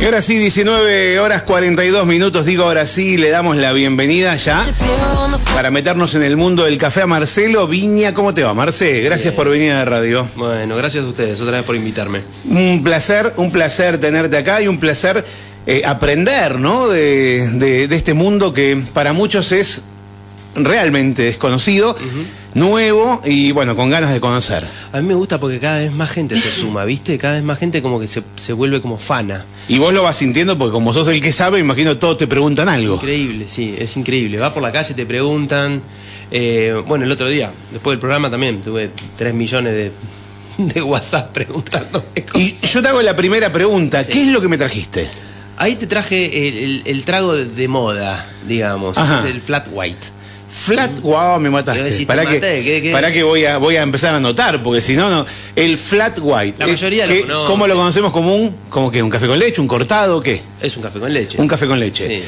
Y ahora sí, 19 horas 42 minutos, digo ahora sí, le damos la bienvenida ya para meternos en el mundo del café a Marcelo Viña. ¿Cómo te va, Marce? Gracias por venir a la radio. Bueno, gracias a ustedes otra vez por invitarme. Un placer, un placer tenerte acá y un placer eh, aprender, ¿no? De, de- de este mundo que para muchos es realmente desconocido, nuevo y bueno, con ganas de conocer. A mí me gusta porque cada vez más gente se suma, ¿viste? Cada vez más gente como que se, se vuelve como fana. Y vos lo vas sintiendo porque como sos el que sabe, imagino todos te preguntan algo. Increíble, sí, es increíble. Vas por la calle, te preguntan. eh, bueno, el otro día, después del programa también, tuve 3 millones de, de WhatsApp preguntándome cosas. Y yo te hago la primera pregunta, ¿qué es lo que me trajiste? Ahí te traje el, el- el trago de, de moda, digamos. Ajá. Es el flat white. Flat, wow, me Pero mataste. si te Para maté, que, ¿qué- qué? pará que voy, a, voy a empezar a anotar, porque si no, no. El flat white. La eh, mayoría lo que, conoce. ¿Cómo lo conocemos como un, como que un café con leche, un cortado, qué? Es un café con leche. Un café con leche. Sí.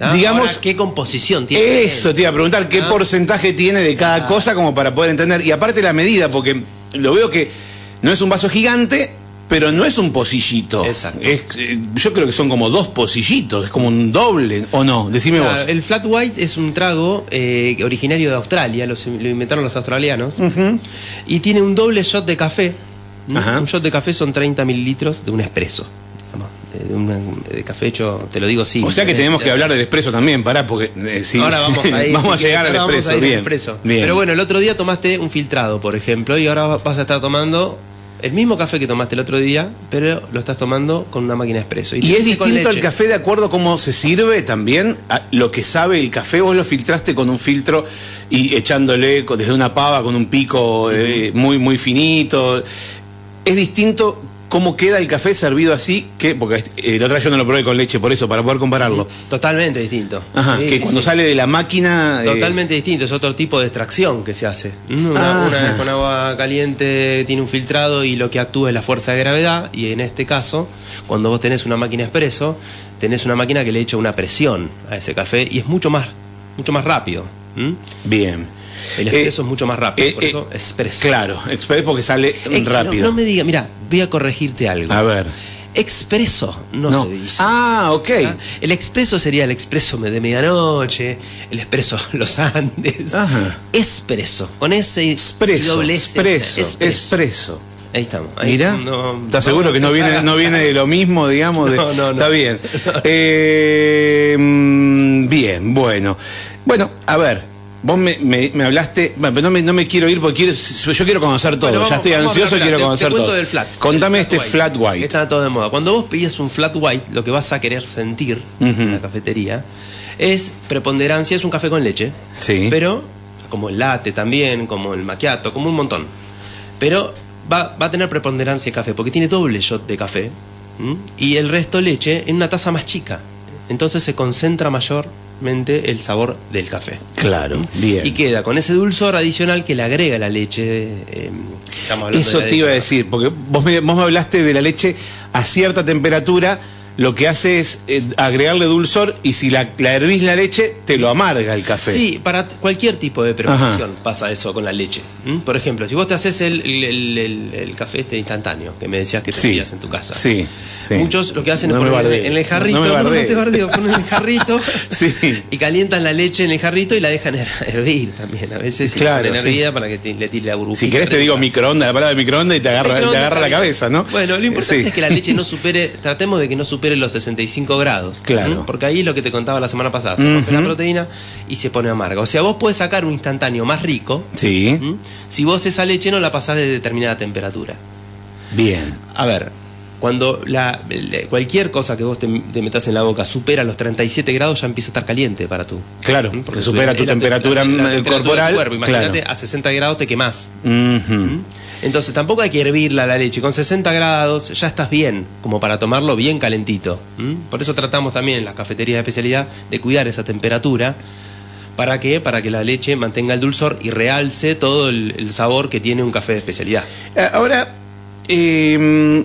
Ah, Digamos- ahora, ¿Qué composición tiene? Eso te iba a preguntar, ¿qué Ah. porcentaje tiene de cada cosa como para poder entender? Y aparte la medida, porque lo veo que no es un vaso gigante, pero no es un pocillito. Exacto. Es, eh, yo creo que son como dos pocillitos, es como un doble, ¿o no? Decime Claro, vos. el flat white es un trago eh, originario de Australia, los- lo inventaron los australianos, y tiene un doble shot de café. ¿no? Ajá. Un shot de café son 30 mililitros de un espresso. digamos, eh, De un de café hecho, te lo digo sí. O sea que tenemos que hablar del expreso también, pará, porque eh, sí. Ahora vamos a ir, Vamos si a llegar al querés, expreso, ahora vamos a ir al bien, expreso. bien. Pero bueno, el otro día tomaste un filtrado, por ejemplo, y ahora vas a estar tomando el mismo café que tomaste el otro día, pero lo estás tomando con una máquina expreso. te Y es dice con distinto al leche. café de acuerdo a cómo se sirve también, a lo que sabe el café. Vos lo filtraste con un filtro y echándole co- desde una pava con un pico eh, muy, muy finito. Es distinto cómo queda el café servido así, que porque eh, la otra vez yo no lo probé con leche, por eso, para poder compararlo. Totalmente distinto. Ajá, Sí, que sí, cuando sí. sale de la máquina... eh, Totalmente distinto, es otro tipo de extracción que se hace. Mm, Una, Ah. una es con agua caliente, tiene un filtrado y lo que actúa es la fuerza de gravedad. Y en este caso, cuando vos tenés una máquina expreso, tenés una máquina que le echa una presión a ese café y es mucho más, mucho más rápido. ¿m? bien. El Eh, expreso es mucho más rápido, eh, por eh, eso expreso. Claro, express porque sale Eh, no- rápido. No, me diga, mira, voy a corregirte algo. A ver. Expreso no, No. se dice. Ah, ok. ¿Ah? El expreso sería el expreso de medianoche, el expreso Los Andes. Ajá. Expreso, con ese Expreso, doble S. expreso, Expreso. expreso. Ahí estamos. ahí Mira, no- ¿estás seguro que no te viene, hagas- no viene de lo mismo, digamos? de- No, no, no. Está bien. Eh, mm, bien, bueno. Bueno, a ver, vos me, me- me hablaste, bueno, pero no me, no me quiero ir porque quiero- yo quiero conocer todo, Bueno, vamos- ya estoy vamos a ansioso, hablar, quiero te- te conocer cuento todo. del flat, Contame del este flat que white. Está todo de moda. Cuando vos pides un flat white, lo que vas a querer sentir en la cafetería es preponderancia, es un café con leche. Sí. Pero, como el latte también, como el macchiato, como un montón. Pero va, va a tener preponderancia de café, porque tiene doble shot de café ¿m? y el resto leche en una taza más chica. Entonces se concentra mayormente el sabor del café. Claro, bien. Y queda con ese dulzor adicional que le agrega la leche. eh, estamos hablando Eso de la te iba a leche, decir, porque vos me, vos me hablaste de la leche a cierta temperatura, lo que hace es eh, agregarle dulzor y si la, la hervís la leche, te lo amarga el café. Sí, para t- cualquier tipo de preparación pasa eso con la leche. ¿m? Por ejemplo, si vos te haces el, el- el- el- el café este instantáneo que me decías que te Sí, hacías en tu casa. sí, sí. Muchos lo que hacen No es me poner bardee. en el No jarrito. me bardee. te bardeo, ponen en el jarrito. Sí. Y calientan la leche en el jarrito y la dejan her- hervir también. A veces y la Claro, ponen sí. hervida para que te- le tire la burbujita. Si querés te digo microondas, la palabra microondas y te agarra, Microondas, Ah, te agarra la está bien. cabeza, ¿no? Eh, Bueno, lo importante Sí. es que la leche no supere, tratemos de que no supere los 65 grados. Claro. ¿m? Porque ahí es lo que te contaba la semana pasada, se rompe la proteína y se pone amarga. O sea, vos podés sacar un instantáneo más rico Sí, ¿m? si vos esa leche no la pasás de determinada temperatura. bien. A ver, cuando la, le- cualquier cosa que vos te, te metas en la boca supera los 37 grados, ya empieza a estar caliente para tú. Claro, ¿Mm? porque supera es tu la temperatura, la- la mm, temperatura del corporal, cuerpo. Imagínate, Mm. claro. a 60 grados te quemás. Ujú. Entonces tampoco hay que hervirla la leche. Con 60 grados ya estás bien, como para tomarlo bien calentito. ¿m? Por eso tratamos también en las cafeterías de especialidad de cuidar esa temperatura. ¿Para qué? Para que la leche mantenga el dulzor y realce todo el, el sabor que tiene un café de especialidad. Eh, Ahora, eh,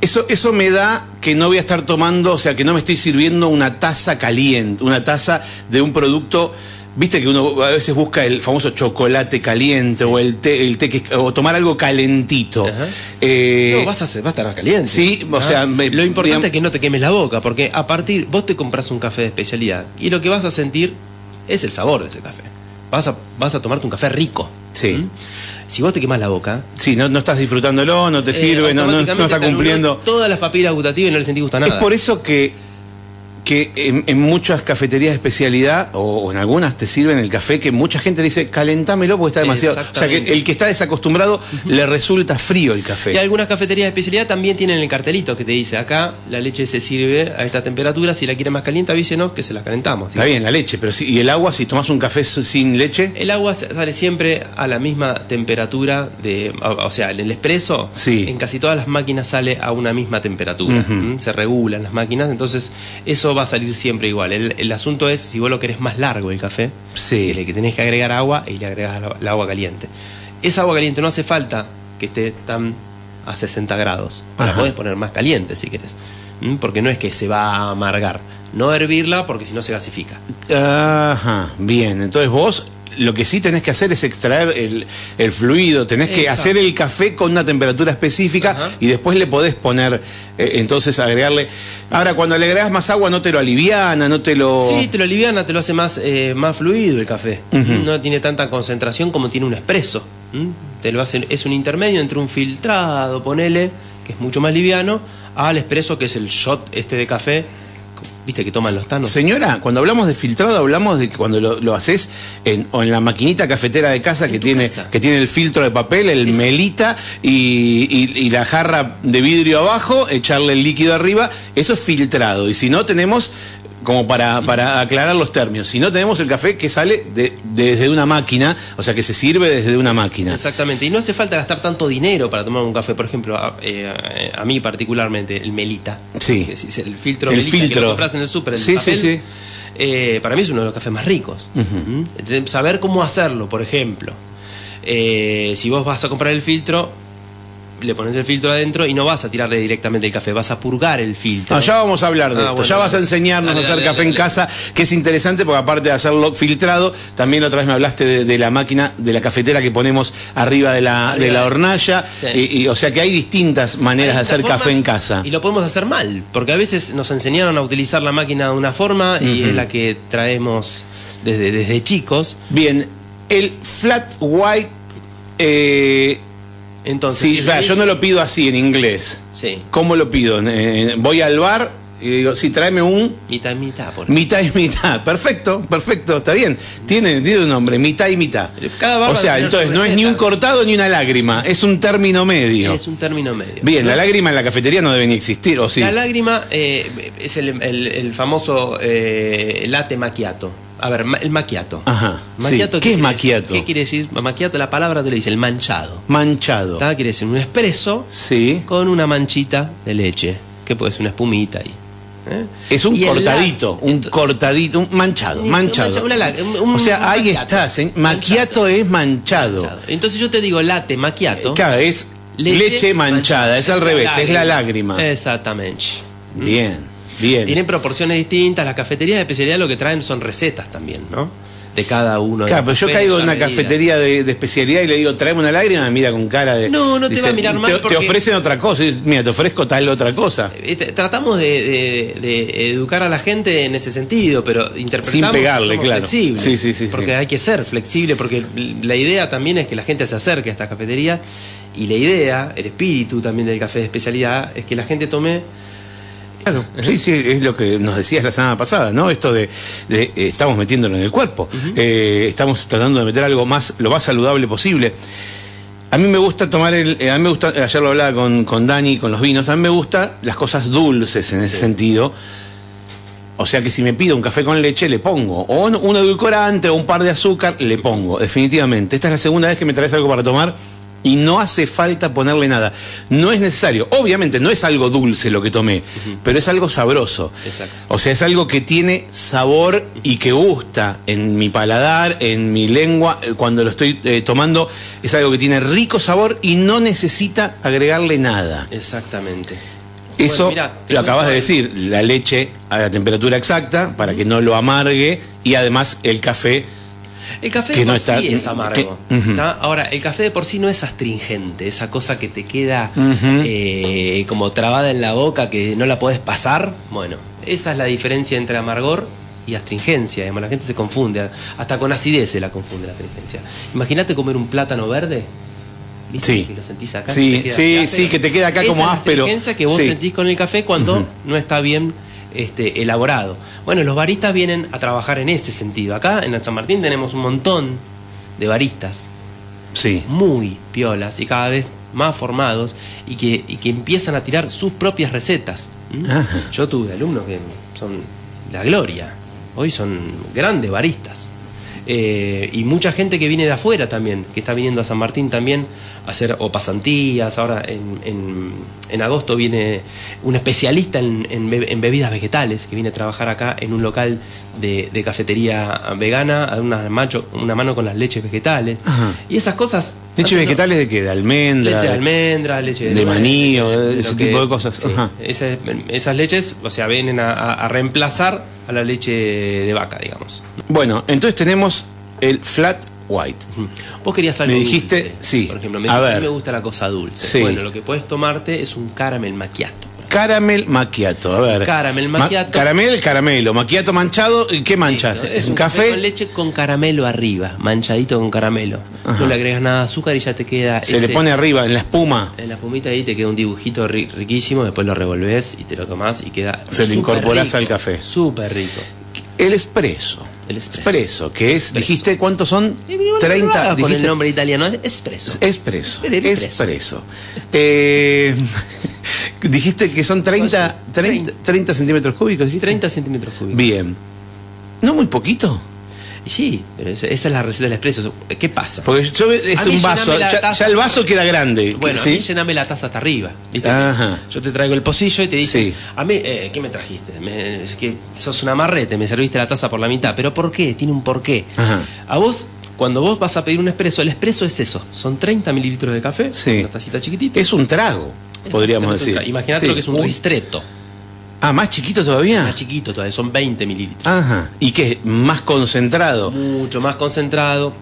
eso, eso me da que no voy a estar tomando, o sea, que no me estoy sirviendo una taza caliente, una taza de un producto Viste que uno a veces busca el famoso chocolate caliente o el té, el té que, o tomar algo calentito. Ajá. Eh, No, vas a, ser- vas a estar caliente. Sí, o Ah, sea, me- lo importante digamos- es que no te quemes la boca, porque a partir, vos te compras un café de especialidad y lo que vas a sentir es el sabor de ese café. Vas a, vas a tomarte un café rico. Sí. ¿Mm? Si vos te quemas la boca, Sí, no, no estás disfrutándolo, no te eh, sirve, no, no- no automáticamente está te anuló cumpliendo. Todas las papilas gustativas y no le sentís gusto a Es nada. por eso que, que en, en muchas cafeterías de especialidad, o, o en algunas te sirven el café, que mucha gente dice, calentámelo porque está demasiado. O sea, que Exactamente. el que está desacostumbrado le resulta frío el Y café. algunas cafeterías de especialidad también tienen el cartelito que te dice acá la leche se sirve a esta temperatura, si la quiere más caliente avísenos que se la calentamos. Está bien, la leche, pero sí. ¿Y el agua si tomas un café so- sin leche? El agua sale siempre a la misma temperatura de, o o sea, en el expreso, Sí. en casi todas las máquinas sale a una misma temperatura. Ujú. ¿m? Se regulan las máquinas, entonces eso va a salir siempre igual. El, el asunto es si vos lo querés más largo el café, Sí. y le que tenés que agregar agua y le agregás la- la agua caliente. Esa agua caliente no hace falta que esté tan a 60 grados. La Ajá. podés poner más caliente si querés. ¿m? Porque no es que se va a amargar. No hervirla porque si no se gasifica. Ajá, bien. Entonces vos lo que sí tenés que hacer es extraer el, el fluido, tenés que Exacto. hacer el café con una temperatura específica Ajá. y después le podés poner, eh, entonces agregarle... Ahora, cuando le agregás más agua no te lo aliviana, no te lo... Sí, te lo aliviana, te lo hace más, eh, más fluido el café. No tiene tanta concentración como tiene un espresso. ¿m? Te lo hace, es un intermedio entre un filtrado, ponele, que es mucho más liviano, al espresso, que es el shot este de café. ¿Viste que toman los tanos? Señora, cuando hablamos de filtrado hablamos de que cuando lo, lo haces en, o en la maquinita cafetera de casa que tu tiene casa. que tiene el filtro de papel, el Exacto. melita y, y- y la jarra de vidrio abajo, echarle el líquido arriba, eso es filtrado. Y si no tenemos como para, para aclarar los términos, si no tenemos el café que sale de- desde una máquina, o sea que se sirve desde una máquina. Exactamente, y no hace falta gastar tanto dinero para tomar un café, por ejemplo, a, eh, a mí particularmente, el Melita. Sí. Que es- es el filtro El Melita que filtro. lo compras en el súper, el Sí, sí, papel, sí. eh, para mí es uno de los cafés más ricos. ¿Mm? Entonces, Saber cómo hacerlo, por ejemplo. Eh, si vos vas a comprar el filtro, le pones el filtro adentro y no vas a tirarle directamente el café, vas a purgar el filtro. No, ya vamos a hablar de Ah, esto, bueno, ya vas a dale. enseñarnos Dale, a hacer dale, café dale, en dale. casa, que es interesante porque aparte de hacerlo filtrado, también otra vez me hablaste de, de la máquina, de la cafetera que ponemos arriba de la, Arriba de la de- hornalla, Sí. y, y, o sea que hay distintas maneras de Hay hacer distintas café en formas casa. Y lo podemos hacer mal, porque a veces nos enseñaron a utilizar la máquina de una forma y es la que traemos desde, desde chicos. Bien, el flat white, eh, Entonces, sí, si ya, le yo dices- no lo pido así en inglés. Sí, ¿Cómo lo pido? Eh, voy al bar y digo, sí, tráeme un mitad y mitad. Por Mitad y mitad, perfecto, perfecto, está bien. Tiene, tiene un nombre, mitad y mitad. Cada barra o sea, tiene entonces su no es ni un receta. cortado ni una lágrima, es un término medio. Es un término medio. Bien, la Entonces, lágrima en la cafetería no debe ni existir, ¿o sí? La lágrima eh, es el, el- el famoso eh, latte macchiato. A ver, ma- el macchiato. Ajá, sí. ¿Qué es quiere decir? macchiato? ¿Qué quiere decir? Macchiato, la palabra te lo dice, el manchado. Manchado. ¿Tá? Quiere decir un espresso Sí. con una manchita de leche, que puede ser una espumita ahí. ¿eh? Es un Y el cortadito, la- un cortadito, un manchado, Un manchado. mancha- una la- un- o un sea, ahí macchiato. está, se- maquiato es manchado. Manchado. Entonces yo te digo latte macchiato. Claro, es leche, manchada, es al revés, es la lágrima. Eh. Exactamente. Bien, bien. Tienen proporciones distintas, las cafeterías de especialidad lo que traen son recetas también, ¿no? De cada uno. de Claro, pero los yo cafés, caigo en ya una medidas. cafetería de, de especialidad y le digo, traeme una lágrima, me mira con cara de. No, no te va a mirar mal Te, porque- te ofrecen otra cosa. Y yo, Mira, te ofrezco tal otra cosa. Eh, t- Tratamos de, de- de educar a la gente en ese sentido, pero Sin interpretamos pegarle, que somos claro. flexibles. Sí, sí, sí, sí. Porque hay que ser flexible, porque la idea también es que la gente se acerque a esta cafetería y la idea, el espíritu también del café de especialidad, es que la gente tome Claro, eh. sí, sí, es lo que nos decías la semana pasada, ¿no? Esto de, de, eh, estamos metiéndolo en el cuerpo, Eh, estamos tratando de meter algo más, lo más saludable posible. A mí me gusta tomar el, eh, a mí me gusta, ayer lo hablaba con, con Dani, con los vinos, a mí me gustan las cosas dulces en ese sentido. O sea que si me pido un café con leche, le pongo. O un, un edulcorante o un par de azúcar, le pongo, definitivamente. Esta es la segunda vez que me traes algo para tomar y no hace falta ponerle nada. No es necesario. Obviamente no es algo dulce lo que tomé, pero es algo sabroso. Exacto. O sea, es algo que tiene sabor y que gusta en mi paladar, en mi lengua, eh, cuando lo estoy eh, tomando. Es algo que tiene rico sabor y no necesita agregarle nada. exactamente. Eso Bueno, mirá, te lo cuento acabas de algo. decir, la leche a la temperatura exacta para que no lo amargue y además el café El café Que de no por está- sí es amargo. que- ujú. ¿tá? Ahora, el café de por sí no es astringente, esa cosa que te queda Ujú. eh, como trabada en la boca que no la podés pasar. Bueno, esa es la diferencia entre amargor y astringencia. digamos, la gente se confunde, hasta con acidez se la confunde la astringencia. Imagínate comer un plátano verde. ¿viste? Sí. Que lo sentís acá, Sí, que te queda sí, áspero. sí, que te queda acá Esa como es la áspero. astringencia que vos Sí. sentís con el café cuando no está bien este, elaborado. Bueno, los baristas vienen a trabajar en ese sentido. Acá en San Martín tenemos un montón de baristas Sí. muy piolas y cada vez más formados y que, y que empiezan a tirar sus propias recetas. ¿Mm? Ajá. Yo tuve alumnos que son la gloria, hoy son grandes baristas. Eh, y mucha gente que viene de afuera también, que está viniendo a San Martín también a hacer o pasantías. Ahora en, en- en agosto viene un especialista en, en be- en bebidas vegetales que viene a trabajar acá en un local de, de cafetería vegana, a dar una, macho- una mano con las leches vegetales. Ajá. Y esas cosas. Leche tanto- vegetales de qué? De almendra. Leche de almendra, leche de, de maní nuez, o leche ese lo tipo de cosas. Ajá. Esa- esas leches, o sea, vienen a, a- a reemplazar a la leche de vaca, digamos. Bueno, entonces tenemos el flat white. Vos querías algo Me dijiste- dulce, sí. Por ejemplo, me A dijiste, a ver. mí me gusta la cosa dulce. Sí. Bueno, lo que puedes tomarte es un caramel macchiato. Caramel macchiato, a ver. Caramel Ma- macchiato. caramel, caramelo. Macchiato manchado, ¿y ¿qué manchas? Listo, Es ¿Un con café? leche con caramelo arriba, manchadito con caramelo. Ajá. No le agregas nada de azúcar y ya te queda Se ese- le pone arriba, en la espuma. En la espumita ahí te queda un dibujito ri- riquísimo, después lo revolvés y te lo tomás y queda. Se le súper incorporás rico, al café. Súper rico. El espresso. El espresso. que es, Espresso. dijiste, ¿cuántos son? Y no lo 30. hagas con el dijiste- nombre italiano, es espresso. Espresso. El espresso. Espresso. Eh, dijiste que son 30, 30, 30 centímetros cúbicos. dijiste. 30 centímetros cúbicos. Bien. ¿No muy poquito? Y sí, pero esa esa es la receta del espresso. ¿Qué pasa? Porque yo, es A mí un vaso. llename la Ya, taza. ya el vaso queda grande. Bueno, ¿sí? a mí llename la taza hasta arriba. ¿viste? Ajá. Yo te traigo el pocillo y te dice, Sí. a mí, eh, ¿qué me trajiste? Me- es que sos un amarrete, me serviste la taza por la mitad. ¿Pero por qué? Tiene un porqué. Ajá. A vos, cuando vos vas a pedir un espresso, el espresso es eso. Son 30 mililitros de café, Sí. una tacita chiquitita. Es un trago, podríamos Una tacita decir. chiquita. Imagínate Sí. lo que es un Uy. ristretto. Ah, más chiquito todavía. Más chiquito todavía, son 20 mililitros. Ajá. ¿Y qué? es? Más concentrado. Mucho más concentrado.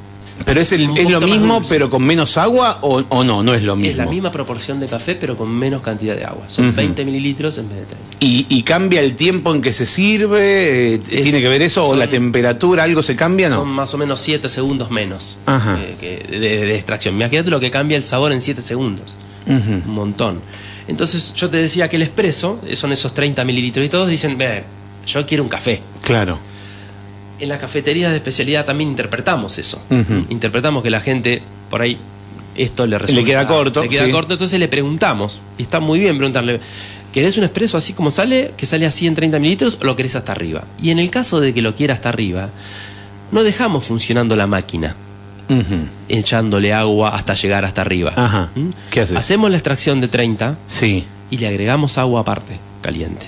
Pero es, el, Un es lo poquito más mismo, dulce. pero con menos agua o, o no, no es lo mismo. Es la misma proporción de café, pero con menos cantidad de agua. Son Ujú. 20 mililitros en vez de 30. Y, y cambia el tiempo en que se sirve? eh, ¿Tiene que ver eso? ¿O son- la temperatura? ¿Algo se cambia? No. Son más o menos 7 segundos menos Ajá. eh, que- de, de extracción. Imagínate lo que cambia el sabor en 7 segundos. Ujú. Un montón. Entonces yo te decía que el espresso eh, son esos 30 mililitros y todos dicen, "Ve, yo quiero un café. Claro. En las cafeterías de especialidad también interpretamos eso. Ujú. Interpretamos que la gente por ahí esto le resulta. queda corto, Le queda sí. corto, entonces le preguntamos. Y está muy bien preguntarle. ¿Querés un expreso así como sale, que sale así en 30 mililitros o lo querés hasta arriba? Y en el caso de que lo quiera hasta arriba, no dejamos funcionando la máquina Ujú. echándole agua hasta llegar hasta arriba. Ajá. ¿Mm? ¿Qué haces? Hacemos la extracción de 30 Sí. y le agregamos agua aparte, caliente.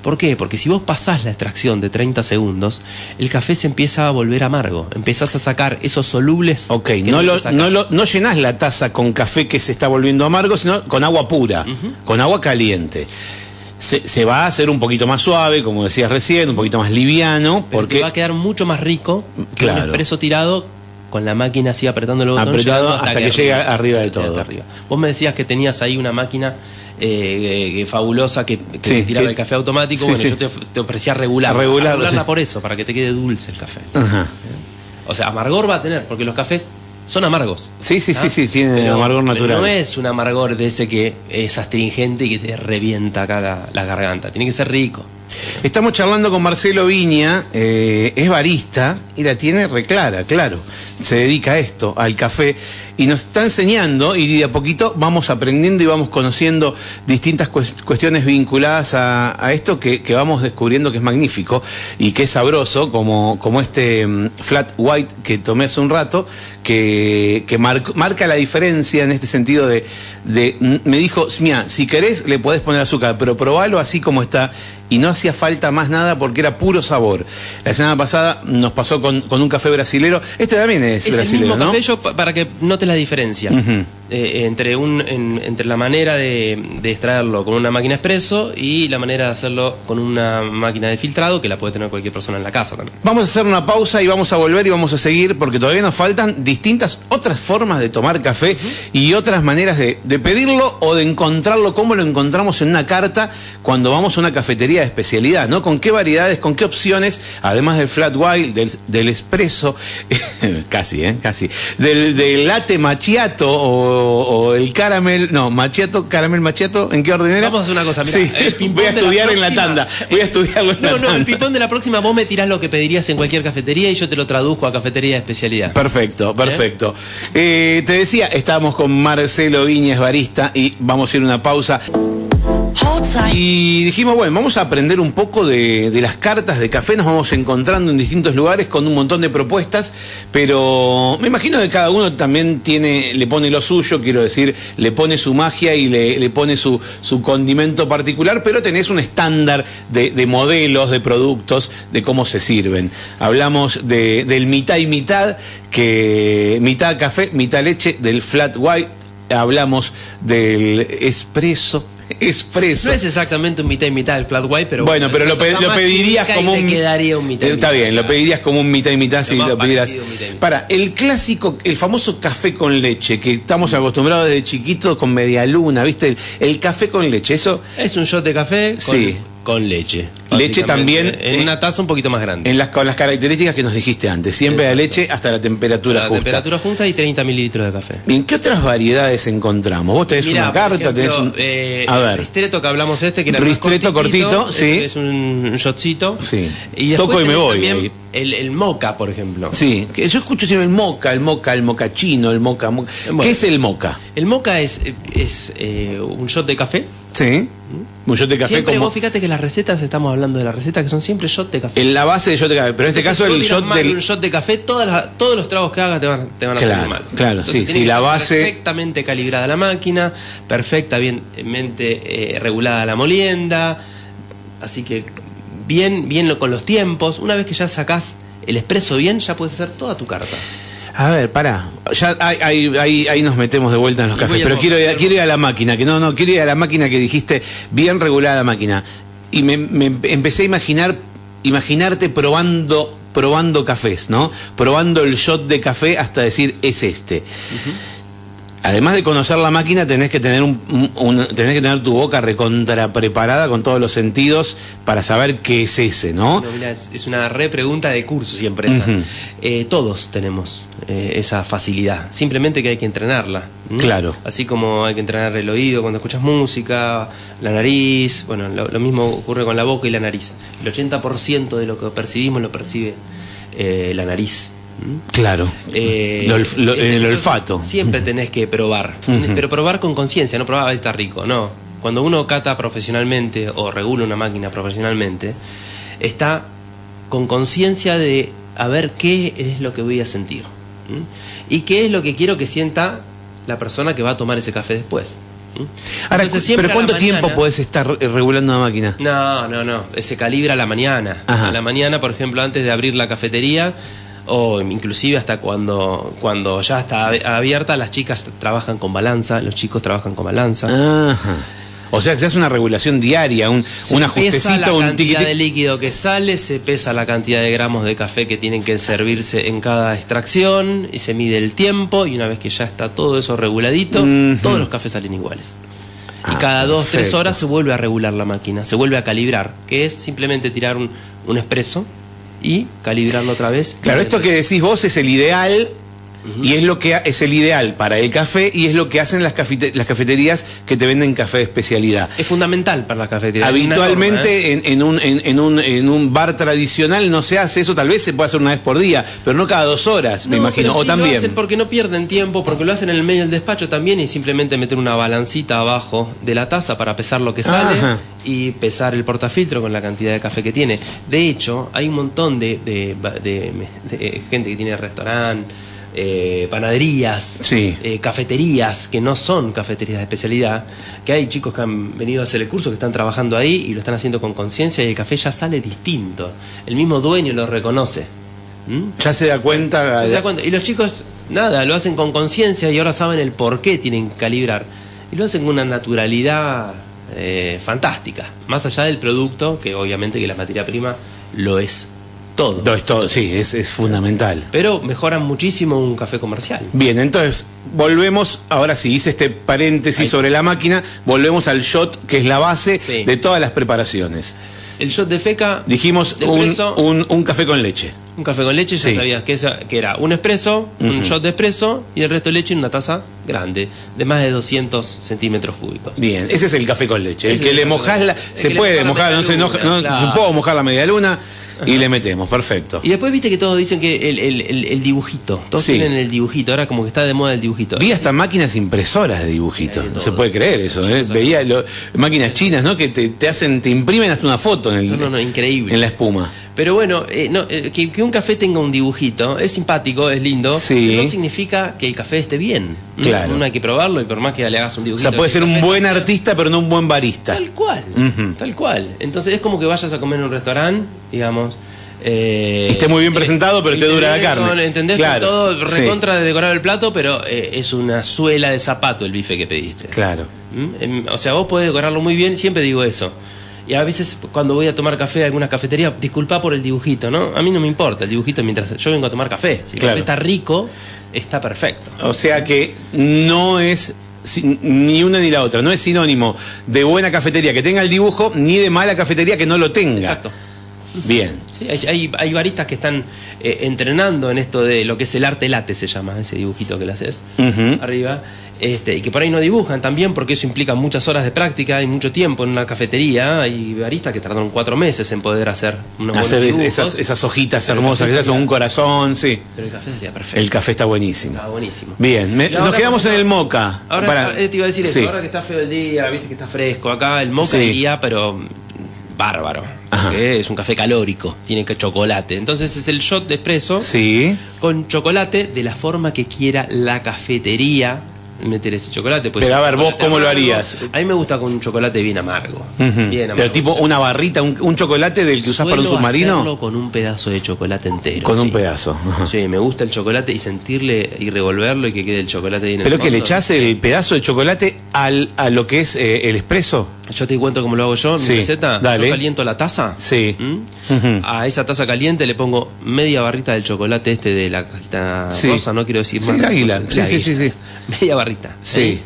¿Por qué? Porque si vos pasás la extracción de 30 segundos, el café se empieza a volver amargo. Empezás a sacar esos solubles. Ok, que no, te lo, saca. no, lo- no llenás la taza con café que se está volviendo amargo, sino con agua pura, con agua caliente. Se, se va a hacer un poquito más suave, como decías recién, un poquito más liviano, Pero te porque va a quedar mucho más rico que Claro. un expreso tirado con la máquina así apretando el botón. Apretado llegando hasta que llega arriba de todo. hasta arriba. Vos me decías que tenías ahí una máquina eh, que- que fabulosa que, que Sí, tiraba que- el café automático. sí, bueno, sí. yo te, of- te ofrecía regular. Regularlo, sí. por eso, para que te quede dulce el café. Ajá. O sea, amargor va a tener, porque los cafés son amargos. Sí, sí, ¿Ah? sí, sí, tiene Pero- amargor pero natural. No es un amargor de ese que es astringente y que te revienta acá la, la garganta. Tiene que ser rico. Estamos charlando con Marcelo Viña, eh, es barista y la tiene reclara, claro. Se dedica a esto, al café, y nos está enseñando y de a poquito vamos aprendiendo y vamos conociendo distintas cues- cuestiones vinculadas a, a esto que, que vamos descubriendo que es magnífico y que es sabroso, como, como este mm, flat white que tomé hace un rato, que, que mar- marca la diferencia en este sentido de, de- mm, me dijo, mira, si querés le podés poner azúcar, pero probalo así como está y no hacía falta más nada porque era puro sabor. La semana pasada nos pasó con, con un café brasilero, este también es, Es el brasilero, mismo ¿no? café yo, pa- para que notes la diferencia. Ujú. eh, entre, un, en- entre la manera de, de extraerlo con una máquina expreso y la manera de hacerlo con una máquina de filtrado que la puede tener cualquier persona en la casa también. Vamos a hacer una pausa y vamos a volver y vamos a seguir porque todavía nos faltan distintas otras formas de tomar café y otras maneras de, de pedirlo o de encontrarlo como lo encontramos en una carta cuando vamos a una cafetería de especialidad, ¿no? Con qué variedades, con qué opciones, además del flat white, del, del espresso, casi, ¿eh? Casi, del, del latte macchiato o, o el caramel, no, macchiato, caramel macchiato, ¿en qué orden era? Vamos a hacer una cosa, mirá, Sí, el ping-pong voy a de la estudiar en la próxima. tanda, voy a estudiarlo en la No, tanda. no, el pipón de la próxima vos me tirás lo que pedirías en cualquier cafetería y yo te lo traduzco a cafetería de especialidad. Perfecto, perfecto. Eh, te decía, estábamos con Marcelo Viñez, barista, y vamos a ir a una pausa. Hold tight. Y dijimos, bueno, vamos a aprender un poco de, de las cartas de café, nos vamos encontrando en distintos lugares con un montón de propuestas, pero me imagino que cada uno también tiene, le pone lo suyo, quiero decir, le pone su magia y le, le pone su, su condimento particular, pero tenés un estándar de, de modelos, de productos, de cómo se sirven. Hablamos de- del mitad y mitad, que mitad café, mitad leche, del flat white, hablamos del espresso. Espresso. No es exactamente un mitad y mitad el flat white, pero Bueno, pero lo, pe- está lo más pedirías chica y como te un. quedaría un mitad. y Eh, Está mitad. bien, lo pedirías como un mitad y mitad si más lo pidieras. parecido, mitad y mitad. Para, el clásico, el famoso café con leche, que estamos acostumbrados desde chiquitos con media luna, ¿viste? El, el café con leche, eso Es un shot de café con, Sí. con leche. Leche básicamente, también, En eh, una taza un poquito más grande. en las, con las características que nos dijiste antes, siempre la leche hasta la temperatura la justa. temperatura junta y 30 mililitros de café. Bien, ¿qué otras variedades encontramos? Vos tenés Mirá, una por carta, ejemplo, tenés un. eh, A el ver. Ristretto que hablamos este, que era Ristretto más cortitito, cortito, es- sí. Es un shotcito. Sí. después Toco y me tenés voy también ahí. El, el moca, por ejemplo. Sí, que yo escucho siempre el moca, el moca, el mocachino, el moca, moca. Bueno. ¿Qué es el moca? El moca es, es eh, un shot de café. Sí. Un shot de café siempre como. vos fíjate que las recetas, estamos hablando de las recetas, que son siempre shot de café. En la base de shot de café, pero en este caso Entonces, el vos tirás shot mal del. un shot de café, todas las- todos los tragos que hagas te van, te van a Claro, salir mal. claro, sí, tenés sí, que la tener base- Perfectamente calibrada la máquina, perfecta, bien mente eh, regulada la molienda, así que bien, bien lo- con los tiempos. Una vez que ya sacás el expreso bien, ya puedes hacer toda tu carta. A ver, pará. Ya ahí, ahí- ahí- ahí nos metemos de vuelta en los Y cafés. voy a Pero mo- quiero, ir a- voy a quiero ir a la máquina, que no, no, quiero ir a la máquina que dijiste, bien regulada la máquina. Y me, me empecé a imaginar, imaginarte probando, probando cafés, ¿no? Probando el shot de café hasta decir es este. Además de conocer la máquina, tenés que tener un, un- un- tenés que tener tu boca recontra preparada con todos los sentidos para saber qué es ese, ¿no? Bueno, mirá, es, es una re pregunta de curso siempre esa. Ujú. Eh, todos tenemos eh, esa facilidad, simplemente que hay que entrenarla. ¿m? Claro. Así como hay que entrenar el oído cuando escuchas música, la nariz, bueno, lo, lo mismo ocurre con la boca y la nariz. El 80% de lo que percibimos lo percibe eh, la nariz. ¿m? Claro. Eh, Lo olf- lo- es- el entonces, olfato. Siempre tenés que probar, pero probar con conciencia, no probar, "Ah, está rico, no. Cuando uno cata profesionalmente o regula una máquina profesionalmente, está con conciencia de a ver qué es lo que voy a sentir ¿m? y qué es lo que quiero que sienta la persona que va a tomar ese café después. ¿m? Ahora, Entonces, cu- siempre ¿Pero a la cuánto tiempo mañana- podés estar eh, regulando una máquina? no, no, no. Se calibra a la mañana. Ajá. A la mañana, por ejemplo, antes de abrir la cafetería o inclusive hasta cuando, cuando ya está ab- abierta, las chicas trabajan con balanza, los chicos trabajan con Ah, balanza. Ajá. O sea, que se hace una regulación diaria, un, Se un pesa la ajustecito, un cantidad de tiquitito. líquido que sale, se pesa la cantidad de gramos de café que tienen que servirse en cada extracción y se mide el tiempo y una vez que ya está todo eso reguladito, Ujú. todos los cafés salen iguales. Ah, y cada dos, tres perfecto. horas se vuelve a regular la máquina, se vuelve a calibrar, que es simplemente tirar un, un expreso y calibrarlo otra vez. Claro, esto que decís vos es el ideal. Y es lo que ha- es el ideal para el café y es lo que hacen las, cafete- las cafeterías que te venden café de especialidad. es fundamental para la cafetería. Hay una norma, ¿eh? Habitualmente en, en un, en, en un, en un bar tradicional no se hace eso, tal vez se puede hacer una vez por día, pero no cada dos horas, me No, imagino. pero O sí Lo también. hacen porque no pierden tiempo, porque lo hacen en el medio del despacho también y simplemente meter una balancita abajo de la taza para pesar lo que sale Ajá. y pesar el portafiltro con la cantidad de café que tiene. De hecho, hay un montón de, de- de- de gente que tiene restaurante. eh, panaderías, Sí. eh, cafeterías que no son cafeterías de especialidad, que hay chicos que han venido a hacer el curso, que están trabajando ahí y lo están haciendo con conciencia y el café ya sale distinto, el mismo dueño lo reconoce. ¿Mm? Ah, Ya se da cuenta. O sea, cuando- y los chicos nada, lo hacen con conciencia y ahora saben el por qué tienen que calibrar. Y lo hacen con una naturalidad eh, fantástica, más allá del producto, que obviamente que la materia prima lo es todo. Todo es todo, sí, es, es fundamental. Pero mejoran muchísimo un café comercial. Bien, entonces volvemos, ahora sí, hice este paréntesis Ahí. sobre la máquina, volvemos al shot, que es la base Sí. de todas las preparaciones. El shot de feca, Dijimos de un, espresso, un, un- un café con leche. café con leche, ya Sí. sabías que, esa- que era un espresso, un shot de espresso y el resto de leche en una taza grande, de más de 200 centímetros cúbicos. Bien, ese es el café con leche. El Ese que es el le café con mojás la. leche. El Se que le puede mojas la mojar, no media se enoja, luna, no, claro. se puede mojar la media luna y le metemos, perfecto. Y después viste que todos dicen que el, el- el- el dibujito, todos Sí. tienen el dibujito, ahora como que está de moda el dibujito. Vi hasta máquinas impresoras de dibujitos. Hay de No se todo. puede creer eso. ¿eh? Chinas, Veía lo- máquinas chinas, ¿no? Que te, te hacen, te imprimen hasta una foto en, el- No, no, no, increíble. en la espuma. Pero bueno, eh, no, eh, que, que un café tenga un dibujito es simpático, es lindo, Sí. pero no significa que el café esté bien. ¿no? Claro. No hay que probarlo y por más que le hagas un O dibujito. sea, puede que el ser un café- buen artista, pero no un buen barista. Tal cual, Ujú. tal cual. Entonces es como que vayas a comer en un restaurante, digamos. eh, Y esté muy bien presentado, pero te dura la entendés carne. con- entendés con Claro, todo sí. recontra de decorado el plato, pero eh, es una suela de zapato el bife que pediste. Claro. ¿Mm? Em, O sea, vos podés decorarlo muy bien, siempre digo eso. Y a veces cuando voy a tomar café a alguna cafetería, disculpa por el dibujito, ¿no? A mí no me importa el dibujito mientras yo vengo a tomar café. Si el Claro. café está rico, está perfecto. O sea que no es sin- ni una ni la otra, no es sinónimo de buena cafetería que tenga el dibujo, ni de mala cafetería que no lo tenga. Exacto. Bien. Sí, hay, hay, hay baristas que están eh, entrenando en esto de lo que es el arte late, se llama, ese dibujito que le haces Ujú. arriba. Este, y que por ahí no dibujan también porque eso implica muchas horas de práctica y mucho tiempo en una cafetería. Hay baristas que tardaron cuatro meses en poder hacer unos buenos Hacer es- dibujos, esas, esas hojitas Pero hermosas, el café quizás un corazón, sí. Pero el café sería perfecto. El café está buenísimo. Está Ah, buenísimo. Bien, me- Y ahora nos quedamos en como- el moca. Ahora Para- eh, te iba a decir sí. eso, ahora que está feo el día, viste que está fresco acá, el moca Sí. iría, pero mm, bárbaro. Ajá. porque Es un café calórico, tiene que chocolate. Entonces es el shot de espresso Sí. con chocolate de la forma que quiera la cafetería meter ese chocolate. pues, Pero a ver, chocolate vos, ¿cómo lo amargo. harías? A mí me gusta con un chocolate bien amargo. Ujú. Bien amargo. Pero tipo una barrita, un, un chocolate del que usás para un Suelo submarino. hacerlo con un pedazo de chocolate entero. Con un sí. pedazo. Ajá. Sí, me gusta el chocolate y sentirle y revolverlo y que quede el chocolate bien en el Pero que le fondo. echás el pedazo de chocolate al, a lo que es eh, el espresso. Yo te cuento cómo lo hago yo, mi Sí, receta. dale. Yo caliento la taza. Sí. ¿Mm? Ujú. A esa taza caliente le pongo media barrita del chocolate este de la cajita Sí. rosa, no quiero decir Sí, más. el águila. cosas. Sí, La sí, sí, águila. Media barrita. Sí. ¿eh?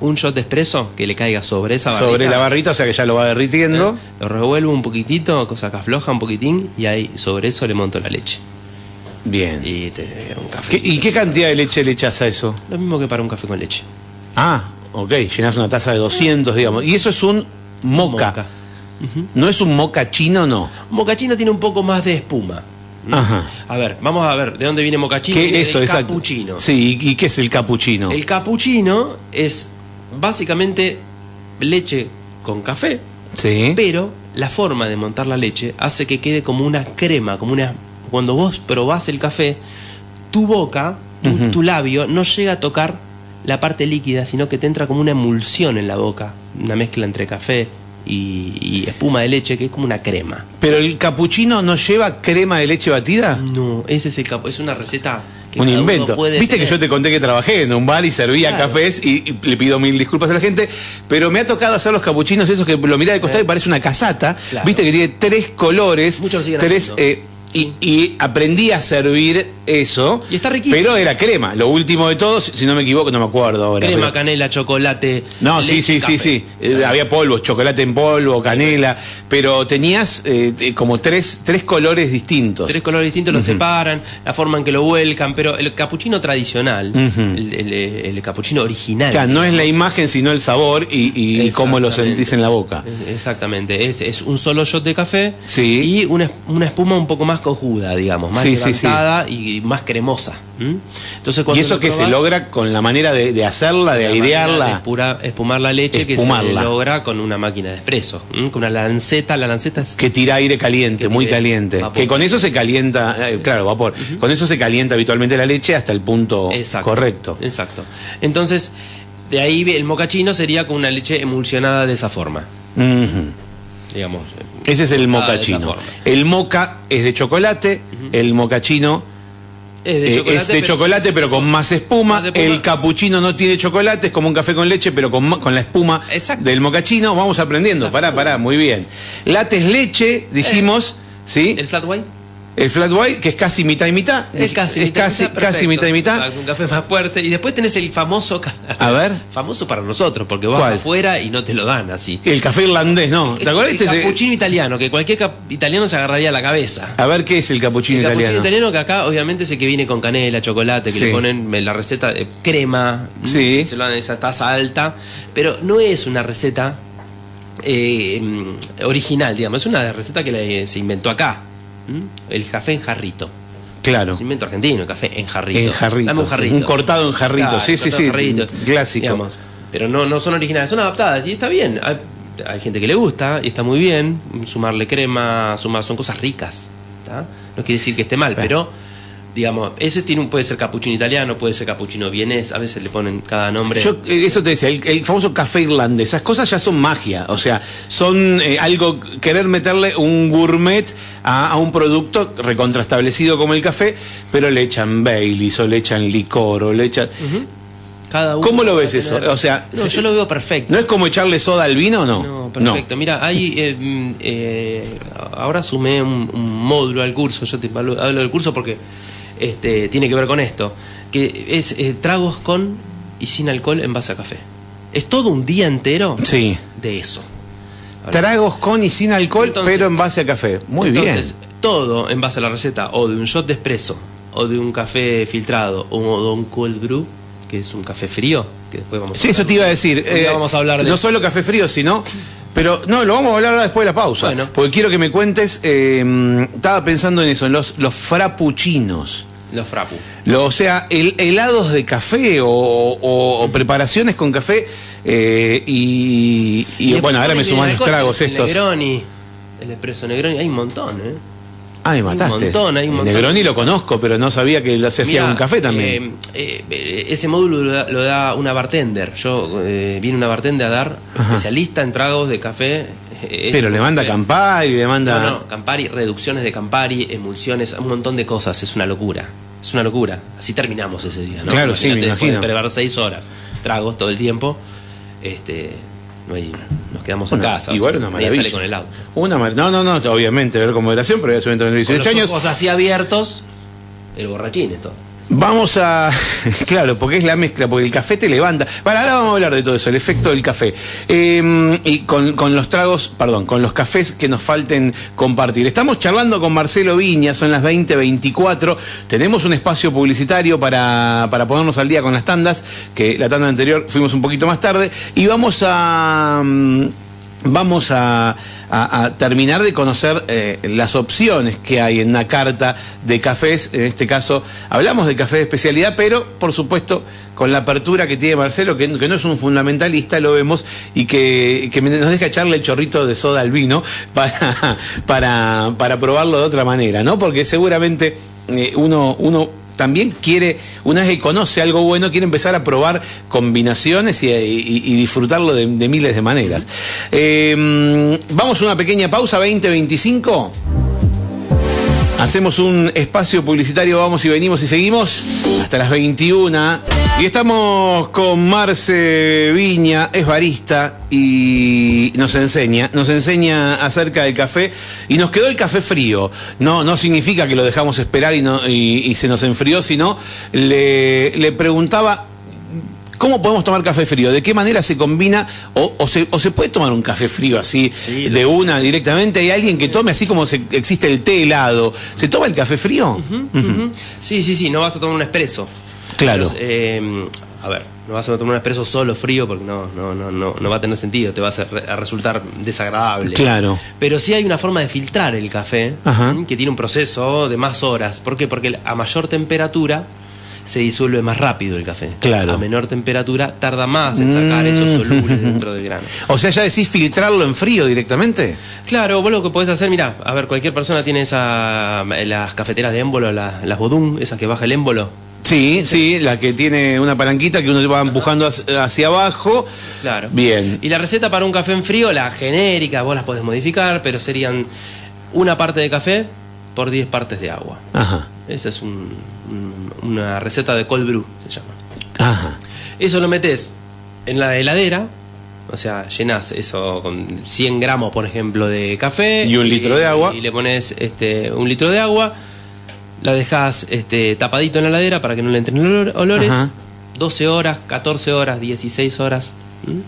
Un shot de espresso que le caiga sobre esa barrita. Sobre la barrita, o sea que ya lo va derritiendo. Lo revuelvo un poquitito, cosa que afloja un poquitín, y ahí sobre eso le monto la leche. Bien. Y te un ¿Qué- café. ¿Y qué cantidad de leche le echás a eso? Lo mismo que para un café con leche. Ah, ok, llenás una taza de 200, digamos. Y eso es un moca. Moca. No es un moca chino, no. Un Mocachino tiene un poco más de espuma. ¿Mm? Ajá. A ver, vamos a ver, ¿de dónde viene mocachino? ¿Qué Viene eso? del exacto. Capuchino. Sí, ¿y, y qué es el capuchino? El capuchino es básicamente leche con café, Sí. pero la forma de montar la leche hace que quede como una crema, como una. Cuando vos probás el café, tu boca, tu, tu labio, no llega a tocar la parte líquida, sino que te entra como una emulsión en la boca, una mezcla entre café y, y espuma de leche, que es como una crema. Pero el capuchino no lleva crema de leche batida? No, ese es el capu- es una receta que un cada uno invento. puede Viste que tener. yo te conté que trabajé en un bar y servía Claro. cafés y, y le pido mil disculpas a la gente, pero me ha tocado hacer los capuchinos esos que lo mirá de costado y parece una casata. Eh. Claro. Viste que tiene tres colores, Muchos lo siguen tres haciendo. eh, y, y aprendí a servir eso. Y está riquísimo. Pero era crema, lo último de todo, si si no me equivoco, no me acuerdo ahora. Crema, pero- canela, chocolate. no, sí, leche, sí, sí, café. sí. Eh, había polvo, chocolate en polvo, canela, pero tenías eh, eh, como tres, tres colores distintos. Tres colores distintos los separan, la forma en que lo vuelcan, pero el capuchino tradicional, el, el- el capuchino original. O sea, no es la imagen, sino el sabor y, y cómo lo Exactamente. sentís en la boca. Eh, Exactamente, es, es un solo shot de café Sí. y una, es- una espuma un poco más cojuda, digamos, más Sí, sí, sí. levantada y más cremosa. ¿m? Entonces, cuando Y eso lo que se probás, logra con la manera de, de hacerla, de la manera de airearla. espura- espumar la leche que Espumarla. se logra con una máquina de espresso, ¿m? con una lanceta, la lanceta es Que tira aire caliente, Que muy tira caliente. vapor. Que con eso se calienta, eh, claro, vapor. Con eso se calienta habitualmente la leche hasta el punto Exacto. correcto. Exacto. Entonces, de ahí el mocachino sería con una leche emulsionada de esa forma, Ujú. digamos. Ese es el Ah, de esa mocachino. forma. El moca es de chocolate, el mocachino Es de Eh, chocolate, es de pero- chocolate, pero con más espuma. Más espuma. El capuchino no tiene chocolate, es como un café con leche, pero con, ma- con la espuma Exacto. del mocachino. Vamos aprendiendo. Esa Pará, forma. pará, muy bien. Latte es leche, dijimos, ¿sí? Eh. El flat white El flat white, que es casi mitad y mitad. es casi Es mitad, casi, mitad, casi perfecto. mitad y mitad. Un café más fuerte. Y después tenés el famoso. ca- A ver. Famoso para nosotros, porque vas ¿Cuál? afuera y no te lo dan así. El café irlandés, ¿no? ¿Te acordás? este El de ese? capuchino italiano, que cualquier cap- italiano se agarraría la cabeza. A ver qué es el capuchino El italiano. capuchino italiano que acá obviamente es el que viene con canela, chocolate, que Sí. le ponen eh, la receta de crema, mm, Sí. que se lo dan en esa taza alta, pero no es una receta eh, mm, original, digamos, es una receta que la- eh, se inventó acá, ¿Mm? el café en jarrito. Claro. Es invento argentino, el café en jarrito. En jarrito. Dame un jarrito. Un cortado en jarrito. Claro, sí, sí, cortado sí. en jarrito. Clásico. Digamos, Pero no, no son originales, son adaptadas y está bien. Hay, hay gente que le gusta y está muy bien. Sumarle crema, sumar, son cosas ricas. ¿tá? No quiere decir que esté Ah. mal, pero digamos, ese tiene un, puede ser capuchino italiano, puede ser capuchino vienés, a veces le ponen cada nombre. Yo, eh, eso te decía, el, el famoso café irlandés, esas cosas ya son magia, o sea, son eh, algo, querer meterle un gourmet a, a un producto recontraestablecido como el café, pero le echan Baileys o le echan licor o le echan... Cada uno ¿Cómo lo va a ves eso? tener- O sea, No, se- yo lo veo perfecto. ¿No es como echarle soda al vino o no? No, perfecto. Mira, hay, eh, mm, eh, ahora sumé un, un módulo al curso, yo te hablo, hablo del curso porque este, tiene que ver con esto, que es eh, tragos con y sin alcohol en base a café. Es todo un día entero Sí. de eso. Ahora, Tragos con y sin alcohol, Entonces- pero en base a café. Muy entonces, bien. todo en base a la receta, o de un shot de espresso, o de un café filtrado, o de un cold brew, que es un café frío, que después vamos a Sí, eso hablar. te iba a decir. eh, Un día vamos a hablar de No solo café frío, sino. Pero no, lo vamos a hablar ahora después de la pausa. Bueno. Porque quiero que me cuentes. eh, estaba pensando en eso, en los, los frappuccinos. los frapu. Lo- o sea, el- helados de café o, o- o preparaciones con café. eh, y y, después bueno, ahora me ponen suman el los alcohol, tragos el estos. Negroni, el espresso Negroni, hay un montón, ¿eh? Ah, me mataste. montón, hay un montón. Negroni lo conozco, pero no sabía que lo se hacía Mirá, con café también. eh, eh, ese módulo lo da, lo da una bartender. Yo eh, vine una bartender a dar especialista en tragos de café. eh, pero hecho le con manda café. Campari, le manda. No, no, Campari, reducciones de Campari, emulsiones, un montón de cosas. Es una locura. Es una locura. Así terminamos ese día, ¿no? Claro, sí, me Imagínate, después imagino. De preparar seis horas, tragos todo el tiempo. Este, no hay- nos quedamos en Una- casa. igual o sea, una nadie maravilla. sale con el auto. Una mar- No, no, no, obviamente, ver con moderación, pero voy a subir entre los Con 18 los años. ojos así abiertos, el borrachín esto. Vamos a. Claro, porque es la mezcla, porque el café te levanta. Para, ahora vamos a hablar de todo eso, el efecto del café. Eh, y con, con los tragos, perdón, con los cafés que nos falten compartir. Estamos charlando con Marcelo Viña, son las 20.24. Tenemos un espacio publicitario para, para ponernos al día con las tandas, que la tanda anterior fuimos un poquito más tarde. Y vamos a. mm, Vamos a, a- a terminar de conocer eh, las opciones que hay en la carta de cafés. En este caso, hablamos de café de especialidad, pero por supuesto con la apertura que tiene Marcelo, que, que no es un fundamentalista, lo vemos, y que, que nos deja echarle el chorrito de soda al vino para, para, para probarlo de otra manera, ¿no? Porque seguramente eh, uno, uno también quiere, una vez que conoce algo bueno, quiere empezar a probar combinaciones y, y- y disfrutarlo de, de miles de maneras. Eh, vamos a una pequeña pausa, 20-25. Hacemos un espacio publicitario, vamos y venimos y seguimos hasta las 21. Y estamos con Marce Viña, es barista y nos enseña, nos enseña acerca del café y nos quedó el café frío. No, no significa que lo dejamos esperar y, no- y- y se nos enfrió, sino le, le preguntaba ¿Cómo podemos tomar café frío? ¿De qué manera se combina? ¿O, o se, o se puede tomar un café frío así, Sí, de una directamente? ¿Hay alguien que tome así como se- existe el té helado? ¿Se toma el café frío? Ujú. Sí, sí, sí, no vas a tomar un expreso. Claro. a ver, no vas a tomar un expreso solo frío porque no, no, no, no, no va a tener sentido, te va a, hacer- a resultar desagradable. Claro. Pero sí hay una forma de filtrar el café Ajá. ¿m? que tiene un proceso de más horas. ¿Por qué? Porque a mayor temperatura se disuelve más rápido el café. Claro. Mm. A menor temperatura tarda más en sacar esos solubles dentro del grano. O sea, ya decís filtrarlo en frío directamente. Claro, vos lo que podés hacer, mirá, a ver, cualquier persona tiene esa, las cafeteras de émbolo, las, las bodum, esas que baja el émbolo. Sí, sí, la que tiene una palanquita que uno va empujando hacia, hacia abajo. Claro. Bien. Y la receta para un café en frío, la genérica, vos las podés modificar, pero serían una parte de café, por 10 partes de agua. Ajá. Esa es un- un- una receta de cold brew, se llama. Ajá. Eso lo metes en la heladera, o sea, llenas eso con 100 gramos, por ejemplo, de café. Y un litro de agua. Y le pones este, un litro de agua, la dejas este, tapadito en la heladera para que no le entren olor- olores. Ajá. 12 horas, 14 horas, 16 horas. ¿m?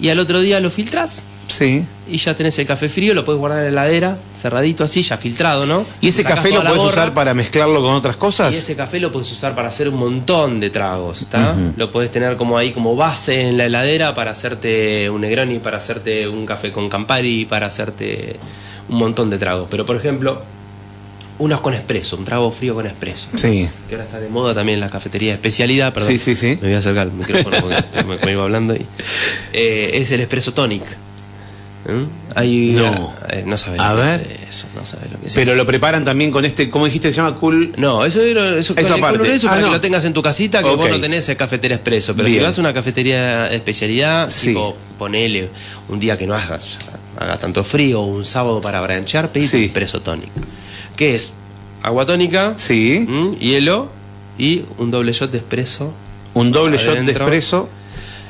Y al otro día lo filtras Sí. y ya tenés el café frío, lo puedes guardar en la heladera, cerradito así, ya filtrado, ¿no? ¿Y ese Sacás café toda lo la puedes borra. usar para mezclarlo con otras cosas? Y ese café lo puedes usar para hacer un montón de tragos, ¿está? Lo puedes tener como ahí como base en la heladera para hacerte un Negroni, para hacerte un café con Campari, para hacerte un montón de tragos. Pero por ejemplo, unos con espresso, un trago frío con espresso. Sí. Que ahora está de moda también la cafetería de especialidad, perdón. Sí, sí, sí. Me voy a acercar al micrófono porque se me, me iba hablando y. Eh, es el espresso tonic. ¿Mm? Hay- No. eh, no sabes A lo ver. que es eso, no sabes lo que es Pero eso. lo preparan también con este, ¿cómo dijiste? Se llama Cool. No, eso era eso, Esa con el parte. color eso Ah, para no. que lo tengas en tu casita, que Ok. vos no tenés el cafetera expreso. Pero Bien. si vas a una cafetería de especialidad, Sí. tipo, ponele un día que no hagas, haga tanto frío, un sábado para branchar, pedí Sí. un expreso tónico. Que es agua tónica, Sí. mm, hielo y un doble shot de expreso. Un doble shot de Adentro. espresso.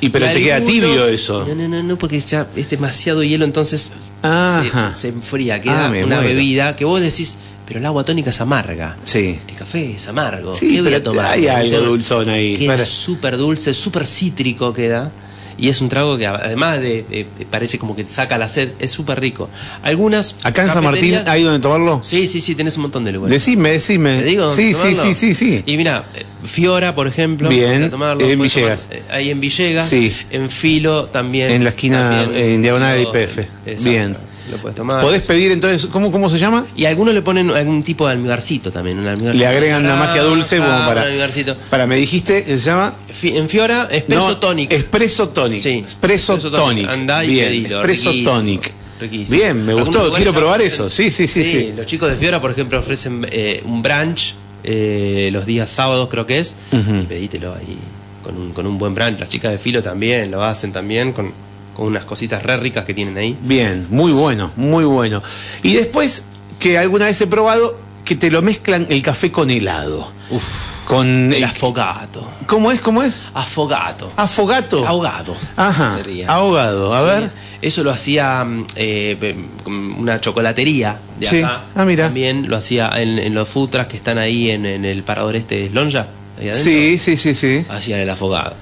Y pero Y te queda algunos- tibio eso. No, no, no, no, porque ya es demasiado hielo, entonces Ajá. se, se enfría, queda Ah, me una muero. bebida que vos decís, pero el agua tónica es amarga. Sí. El café es amargo. Sí, ¿Qué voy pero a tomar? hay algo O sea, dulzón ahí. Queda Para- súper dulce, súper cítrico queda. Y es un trago que además de, de- de- parece como que te saca la sed, es súper rico. Algunas. Acá en San Martín, cafeterías- ¿hay donde tomarlo? Sí, sí, sí, tenés un montón de lugares. Decime, decime. ¿Te digo? sí, sí, tomarlo? sí, sí, sí. Y mira, Fiora, por ejemplo. Bien, para tomarlo, en podés Villegas. tomar, eh, ahí en Villegas. Sí. En Filo también. En la esquina, en diagonal de IPF. Exacto, Bien. Lo puedes tomar. ¿Podés pedir entonces, cómo, cómo se llama? Y algunos le ponen algún tipo de almigarcito también. Un almigarcito Le agregan una naranja, magia dulce como un para. almigarcito. Para, me dijiste que se llama. Fi- En Fiora, espresso No, tonic. Espresso Tonic. Sí. Espresso Espresso Tonic. Andá y Bien, pedilo, Espresso riquísimo, Tonic. riquísimo. Bien, me Algunos gustó, lugares quiero ya probar ofrecen- eso. Sí, sí, sí, sí. Los chicos de Fiora, por ejemplo, ofrecen eh, un brunch eh, los días sábados, creo que es. Y pedítelo ahí con un, con un buen brunch. Las chicas de Filo también lo hacen también con, con unas cositas re ricas que tienen ahí. Bien, muy bueno, muy bueno. Y después, que alguna vez he probado, que te lo mezclan el café con helado. Con El el- afogato. ¿Cómo es? ¿Cómo es? Afogato. Afogato. Ahogado. Ajá. Sería. Ahogado. A Sí, ver. Eso lo hacía mm, eh, pe- mm, una chocolatería de Sí. acá. Ah, mira. También lo hacía en, en los futras que están ahí en, en el parador este de Lonja. ahí adentro. Sí, sí, sí, sí. Hacían el afogado.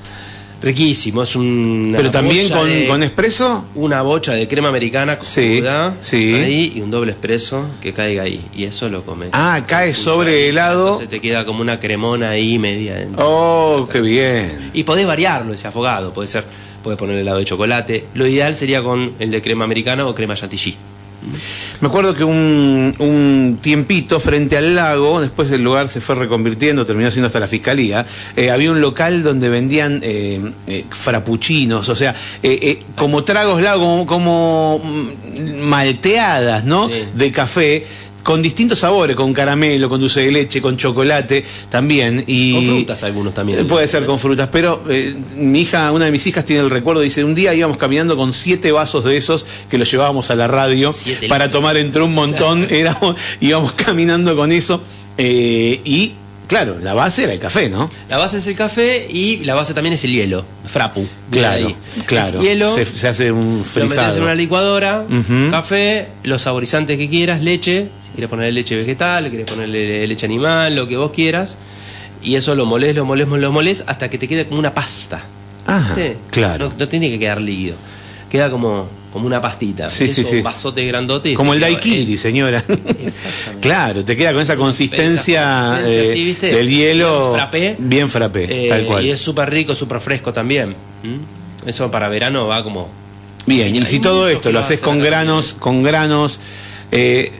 Riquísimo, es un. Pero también con, con expreso. espresso. Una bocha de crema americana Sí, cruda, sí. ahí, y un doble expreso que caiga ahí. Y eso lo comes. Ah, cae sobre helado. Entonces te queda como una cremona ahí media dentro. Oh, qué bien. Y podés variarlo ese afogado, puede ser, puede poner helado de chocolate. Lo ideal sería con el de crema americana o crema chantilly. Me acuerdo que un, un tiempito frente al lago, después el lugar se fue reconvirtiendo, terminó siendo hasta la fiscalía, eh, había un local donde vendían eh, eh, frappuccinos, o sea, eh, eh, como tragos lagos, como, como, mm, malteadas, ¿no? Sí. De café. Con distintos sabores, con caramelo, con dulce de leche, con chocolate también. Y Con frutas algunos también. Eh, Puede ser con frutas, pero eh, mi hija, una de mis hijas tiene el recuerdo, dice, un día íbamos caminando con siete vasos de esos que los llevábamos a la radio Siete para litros. tomar entre un montón, éramos, íbamos caminando con eso eh, y claro, la base era el café, ¿no? La base es el café y la base también es el hielo, frapu. Claro, Ahí. claro. Es hielo, se, se hace un lo metes en frisado. una licuadora, Ujú. café, los saborizantes que quieras, leche, si quieres ponerle leche vegetal, quieres ponerle leche animal, lo que vos quieras. Y eso lo molés, lo molés, lo molés hasta que te quede como una pasta. Ajá, ¿Viste? Ah, claro. No, no tiene que quedar líquido. Queda como, como una pastita. Sí, sí, Eso, sí. Un vasote grandote. y Como te el queda- daiquiri, señora. Exactamente. claro, te queda con esa consistencia, consistencia, eh, sí, ¿viste? del hielo Bien frappé. bien frappé, Eh, tal cual. Y es súper rico, súper fresco también. ¿Mm? Eso para verano va como. Bien, y Hay si todo muchos esto que lo lo haces hacen con acá granos, con granos eh,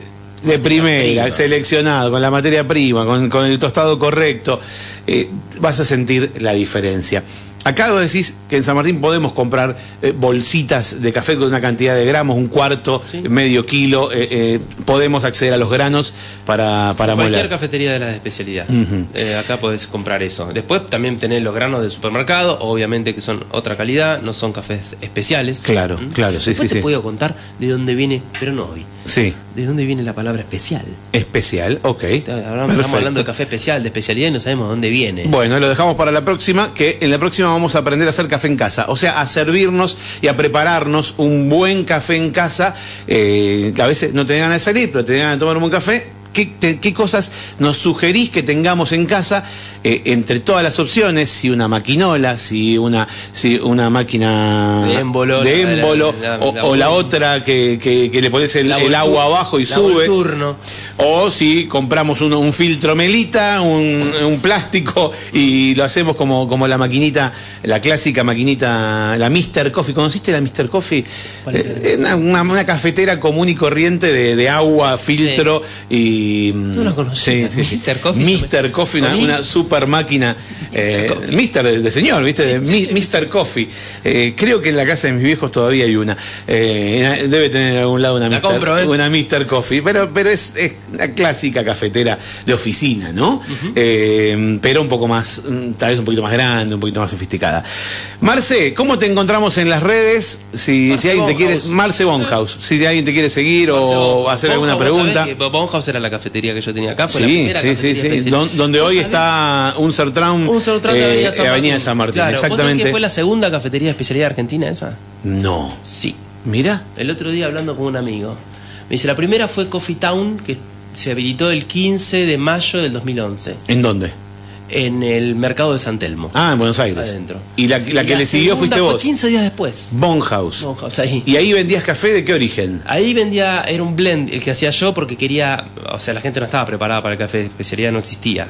de primera, prima. seleccionado, con la materia prima, con, con el tostado correcto, eh, vas a sentir la diferencia. Acá vos decís que en San Martín podemos comprar eh, bolsitas de café con una cantidad de gramos, un cuarto, Sí. medio kilo, eh, eh, podemos acceder a los granos para, para Cualquier moler. cafetería de la de especialidad. Eh, acá podés comprar eso. Después también tenés los granos del supermercado, obviamente que son otra calidad, no son cafés especiales. ¿Mm? Claro, claro, sí, Después sí, te sí. puedo contar de dónde viene, pero no hoy. Sí. ¿De dónde viene la palabra especial? Especial, ok. Ahora estamos Perfecto. hablando de café especial, de especialidad y no sabemos dónde viene. Bueno, lo dejamos para la próxima, que en la próxima vamos a aprender a hacer café en casa, o sea, a servirnos y a prepararnos un buen café en casa, eh, que a veces no te ganas de salir, pero te ganas de tomar un buen café. ¿Qué, te- qué cosas nos sugerís que tengamos en casa eh, entre todas las opciones? Si una maquinola, si una, si una máquina De émbolo, de la- la- émbolo, la- o, la- o la otra que, que- que le pones el, La el voltu- agua abajo y la sube. volturno. O si compramos uno- un filtro melita, un, un plástico y lo hacemos como, como la maquinita, la clásica maquinita, la Mr. Coffee. ¿Conociste la Mr. Coffee? ¿Cuál era? Eh, una, una- una cafetera común y corriente de, de agua, filtro y... No la conocí, la Mr. Coffee. Mr. Coffee, una, Oí. una super máquina. eh, Mr. de, de señor, ¿viste? De mi- Mr. Coffee. Eh, creo que en la casa de mis viejos todavía hay una. Eh, debe tener en algún lado una La Mr. compro, ¿eh? Una Mr. Coffee, pero, pero es, es la clásica cafetera de oficina, ¿no? Eh, pero un poco más, mm, tal vez un poquito más grande, un poquito más sofisticada. Marce, ¿cómo te encontramos en las redes? Si, Marce si alguien te quiere. Bonhaus. Marce Bonhaus. Si alguien te quiere seguir Marce o Bonhaus. hacer Bonhaus, alguna vos sabés pregunta. que Bonhaus era la cafetería que yo tenía acá. Fue la Sí, primera sí, sí, cafetería sí. especial. Don- donde Vos hoy sabés- está un Sertram, Un solo trato de eh, Avenida San Martín. Avenida San Martín, Claro, ¿vos sabés exactamente. que fue la segunda cafetería especialidad argentina esa? No. Sí. Mira, El otro día hablando con un amigo. Me dice, la primera fue Coffee Town, que se habilitó el 15 de mayo del 2011, ¿en dónde? en el mercado de San Telmo. Ah, en Buenos Aires. Adentro. Y la, la que Y le siguió segunda fuiste fue vos. Mm. 15 días después. Bonhaus. Bonhaus, ahí. ¿Y ahí vendías café de qué origen? Ahí vendía, era un blend el que hacía yo porque quería, o sea, la gente no estaba preparada para el café de especialidad, no existía.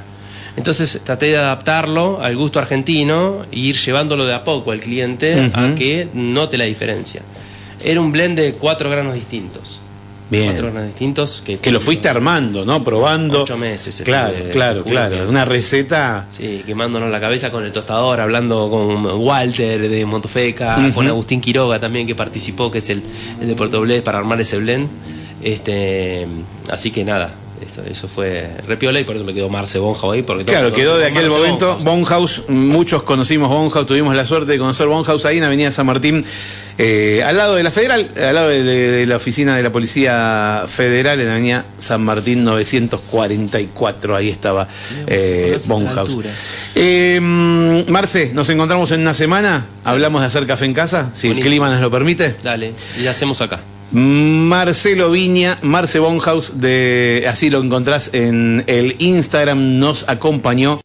Entonces traté de adaptarlo al gusto argentino e ir llevándolo de a poco al cliente a que note la diferencia. Era un blend de cuatro granos distintos. Cuatro Bien. granos distintos que, Que lo fuiste armando, ¿no? Probando. Ocho meses, este, Claro, de- claro, de- claro. Una receta. Sí, quemándonos la cabeza con el tostador, hablando con Walter de Montofeca, con Agustín Quiroga también que participó, que es el, el de Puerto Bled, para armar ese blend. Este, así que nada, esto, eso fue repiola y por eso me quedó Marce Bonja hoy. Porque todo Claro, el quedó mundo de conoce aquel Marce momento Bonja. Bonhaus, muchos conocimos Bonhaus, tuvimos la suerte de conocer Bonhaus ahí en Avenida San Martín, eh, al lado de la Federal, al lado de, de- de la oficina de la Policía Federal en Avenida San Martín 944, ahí estaba eh, conoces la Bonhaus. altura. Eh, mm, Marce, nos encontramos en una semana, hablamos de hacer café en casa, si el Buenísimo. clima nos lo permite. Dale, y hacemos acá. Marcelo Viña, Marce Bonhaus, de, así lo encontrás en el Instagram, nos acompañó.